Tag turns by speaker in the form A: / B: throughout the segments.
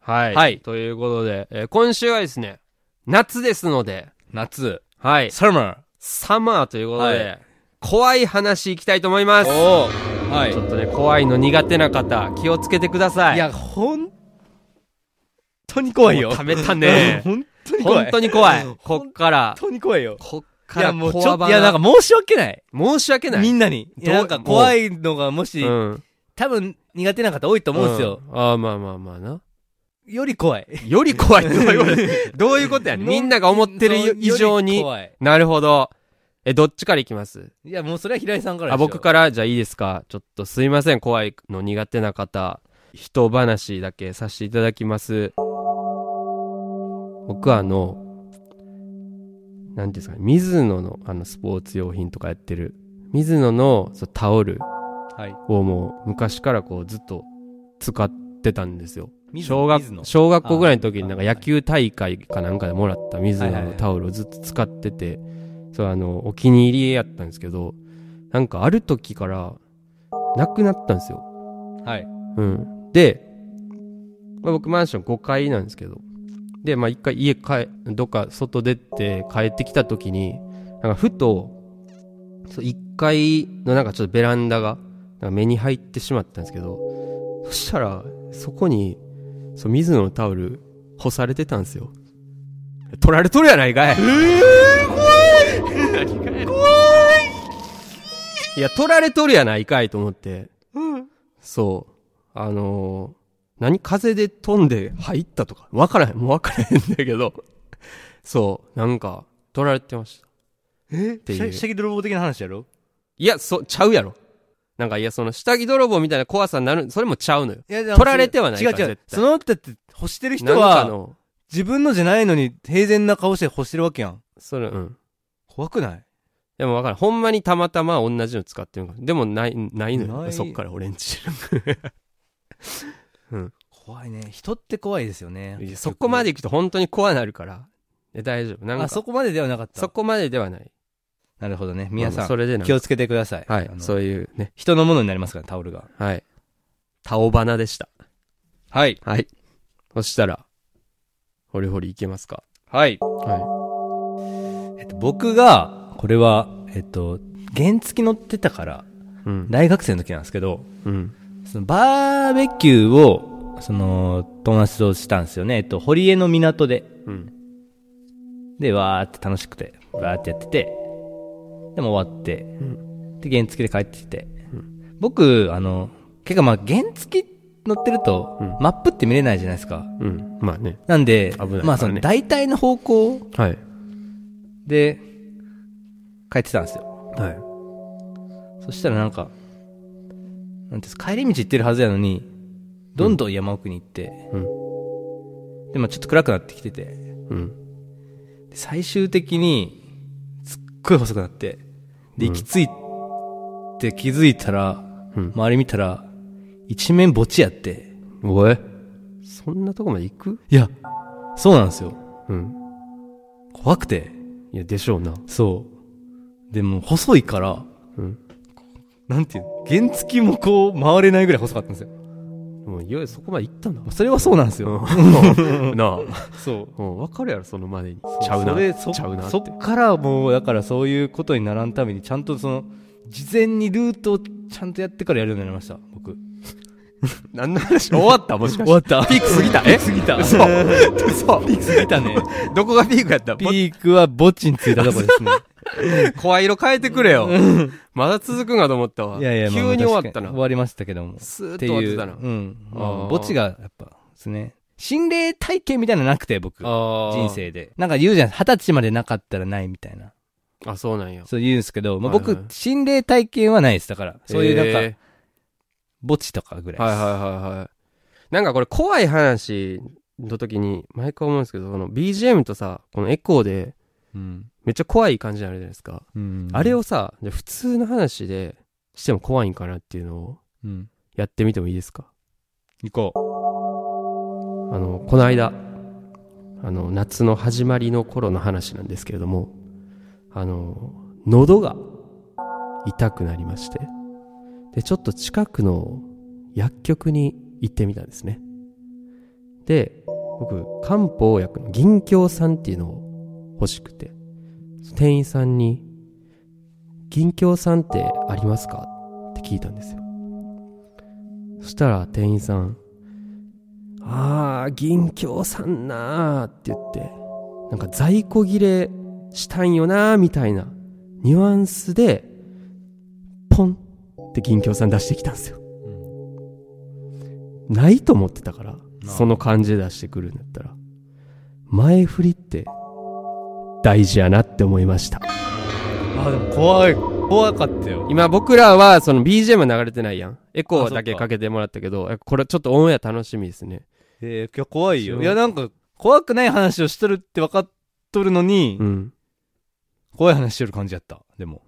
A: はい。
B: はい
A: ということで、えー今週はですね、夏ですので、
B: 夏。
A: はい。
B: サマ
A: サマーということで、
B: はい
A: 怖い話いきたいと思います。
B: おー。は
A: ちょっとね、怖いの苦手な方、気をつけてください。
B: い。いや、ほん、とに怖いよ。。
A: もう食べたね
B: 本当に怖い。
A: 本当
B: に。
A: に怖 い。こっから、
B: 本当に怖いよ。
A: こっ
B: い
A: か
B: や、
A: ら
B: もう
A: 怖
B: ちょっと、
A: ば
B: いや、なんか申し訳ない。
A: 申し訳ない。
B: みんなに。
A: どう
B: なんか怖いのがもし、
A: うん。
B: 多分苦手な方多いと思うんですよ。
A: うん。ああ、まあまあまあな。
B: より怖い。
A: より怖 いってどういうことどういうことやねんみんなが思って
B: の
A: る以上
B: より
A: に。
B: 怖い。
A: なるほど。え、どっちからいきます
B: いや、もうそれは平井さんからでしょ
A: あ、僕から、じゃあいいですかちょっとすいません、怖いの苦手な方。人話だけさせていただきます。僕はあの、なんていうんですかね、水野のあのスポーツ用品とかやってる、水野のそうタオル
B: はい。
A: をもう昔からこうずっと使ってたんですよ。
B: 水野
A: 小
B: 水野
A: 学小学校ぐらいの時になんか
B: あー
A: 野球大会かなんかでもらった水
B: はい
A: 野
B: はい
A: の
B: はい
A: タオルをずっと使っててそうあのお気に入りやったんですけどなんかある時からなくなったんですよ、
B: はい。
A: うん、で、まあ、僕マンション5階なんですけどでまあ一回家帰どっか外出て帰ってきた時になんかふとそう1階のなんかちょっとベランダがなんか目に入ってしまったんですけどそしたらそこにそう水野のタオル干されてたんですよ取られとるやないかいえー、怖い怖いいや取られとるやないかいと思って、そうあのー何風で飛んで入ったとかわからへんもうわからへんだけどそうなんか取られてました
B: え
A: ていう
B: 下下着泥棒的な話やろ
A: いや、そ、ちゃうやろ。なんか、いや、その、下着泥棒みたいな怖さになる、それもちゃうのよ。
B: いやでも
A: 取られてはない
B: 違う
A: から
B: 違う
A: 絶。対
B: そのだって、干してる
A: なん
B: 人
A: か
B: は、
A: の、
B: 自分のじゃないのに平然な顔して干してるわけやん。
A: それ、うん。
B: 怖くない
A: でも分からん。ほんまにたまたま同じの使ってるのかもでも、ない、ないの
B: な
A: よ。
B: い
A: そっから、俺んち。
B: 怖いね。人って怖いですよね。
A: いや そこまで行くと本当に怖なるから。え、大丈夫。なん
B: あ、
A: か、
B: そ
A: そ
B: こまでではなかった。
A: こまでではない。
B: なるほどね。皆
A: まあま
B: さ
A: あそ
B: ん、
A: れでなん
B: 気
A: か、
B: をつけてください。
A: はい
B: あ。の
A: そういうね、
B: 人のものになりますから、タオルが。
A: はい。タオバナでした。
B: はい。
A: はい。そしたら、ホリホリいけますか
B: はい。
A: は
B: えっと、僕が、これは、えっと、原付き乗ってたから、
A: い。うん。
B: 大学生の時なんですけど、
A: うん。
B: そのバーベキューを、その、友達としたんですよね。えっと、堀江の港で。
A: うん。
B: で、わーって楽しくて、わーってやってて、でも終わって、で、原付で帰ってきて、僕、あの、結構まあ、原付乗ってると、
A: うん
B: マップって見れないじゃないですか。
A: うん。まあね。
B: なんで、
A: 危ないからね
B: まあ、その、大体の方向
A: はい。
B: で、帰ってたんですよ。
A: はい。
B: そしたらなんか、なんていうんですか帰り道行ってるはずやのに、どんどん山奥に行って、
A: うん
B: で、まあ、ちょっと暗くなってきてて、
A: うん。
B: で最終的に、すっごい細くなって、で、行き着いて気づいたら、
A: うん
B: 周り見たら、一面墓地やって、
A: おい。そんなとこまで行く
B: いや、そうなんですよ。
A: うん。
B: 怖くて、
A: いや、でしょうな。
B: そう。でも、細いから、
A: うん。
B: なんていうの原付もこう、回れないぐらい細かったんですよ。
A: もう、いよいよそこまで行ったな。
B: それはそうなんですよ。
A: なあ。
B: そ
A: う
B: う。
A: ん、わかるやろ、そのまでに。
B: そう
A: ちゃうな。
B: それそ
A: ちゃうなって
B: そ。っからもうだからそういうことにならんためにちゃんとその事前にルートをちゃんとやってからやるようになりました僕
A: 何の話終わったもしか
B: 終わった
A: ピーク過ぎたえ
B: 過ぎた
A: 嘘嘘
B: ピーク過ぎた ね
A: どこがピークやった
B: ピークは墓地についたとこですね
A: 怖い色変えてくれよ。まだ続くんかと思ったわ。
B: いやいやまあ
A: 急に終わった
B: 確か
A: な
B: に終。わりましたけども
A: スーッ
B: って
A: と
B: い
A: 終
B: う
A: わってたな。
B: うん
A: あ
B: まあ
A: ー
B: 墓地がやっぱですね心霊体験みたいなのなくて僕
A: あー
B: 人。生でなんか言うじゃん二十歳までなかったらないみたいな
A: あ、そうなんや。
B: そう言うんですけど、まあ、僕、
A: はいはい
B: 心霊体験はないですだからそういうなんか
A: え
B: 墓地とかぐらい
A: ー
B: です
A: はいはいはいはい。なんかこれ怖い話の時に、毎回思うんですけど、その BGM とさ、このエコーで、
B: うん
A: めっちゃ怖い感じになるじゃないですか。
B: うん
A: あれをさ、じゃあ普通の話でしても怖いんかなっていうのを
B: うん
A: やってみてもいいですか
B: 行こ
A: あの、この間、あの、夏の始まりの頃の話なんですけれども、あの、喉が痛くなりまして、で、ちょっと近くの薬局に行ってみたんですね。で、僕、漢方薬の銀杏さんっていうのを欲しくて、店員さんに、銀杏さんってありますかって聞いたんですよ。そしたら店員さん、あー、銀杏さんなーって言って、なんか在庫切れしたんよなーみたいなニュアンスで、ポンって銀杏さん出してきたんですよ。ないと思ってたから、
B: あ
A: その感じで出してくるんだったら。前振りって大事やなって思いました。
B: あ、でも怖い。怖かったよ。
A: 今僕らはその BGM は流れてないやん。エコ
B: あそっ
A: ー
B: か
A: だけかけてもらったけど、えこれちょっとオンエア楽しみですね。
B: えー、いや怖いよ。
A: そう
B: いや、なんか、怖くない話をしとるって分かっとるのに、
A: うん。
B: 怖い話しとる感じやった。でも。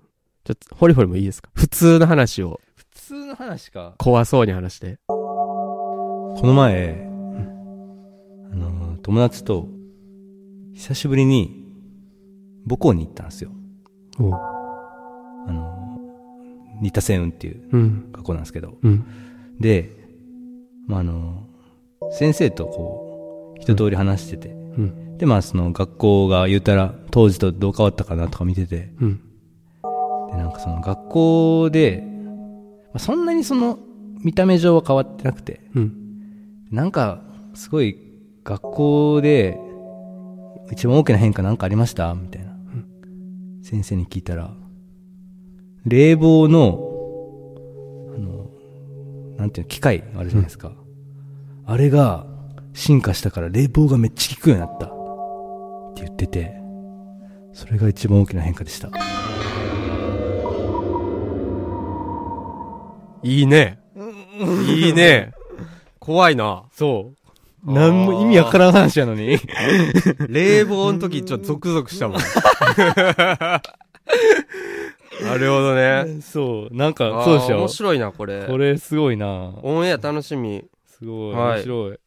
A: ちょっと、ホリホリもいいですか普通の話を
B: 普通の話か。
A: 怖そうに話して。
B: この前、あのー、友達と、久しぶりに、母校に行ったんですよ。
A: お
B: あのー、新田星雲っていう
A: うん。
B: 学校なんですけど。
A: うん。
B: で、まあ、あのー、先生とこう、一通り話してて。
A: うん。
B: で、まあ、その学校が言うたら、当時とどう変わったかなとか見てて。
A: うん。
B: でなんかその学校で、まあ、そんなにその見た目上は変わってなくて
A: うん。
B: なんかすごい学校で一番大きな変化なんかありましたみたいな、先生に聞いたら冷房のあのなんていうの機械あるじゃないですか、あれが進化したから冷房がめっちゃ効くようになったって言っててそれが一番大きな変化でした
A: いいね。いいね。怖いな。
B: そう。なんも意味わからん話やのに。
A: 冷房の時ちょっとゾクゾクしたもん。なるほどね。
B: そう。なんか、そうでし
A: あー
B: ょ
A: 面。白いな、これ。
B: これすごいな
A: オンエア楽しみ。
B: すごい。
A: はい
B: 面白い。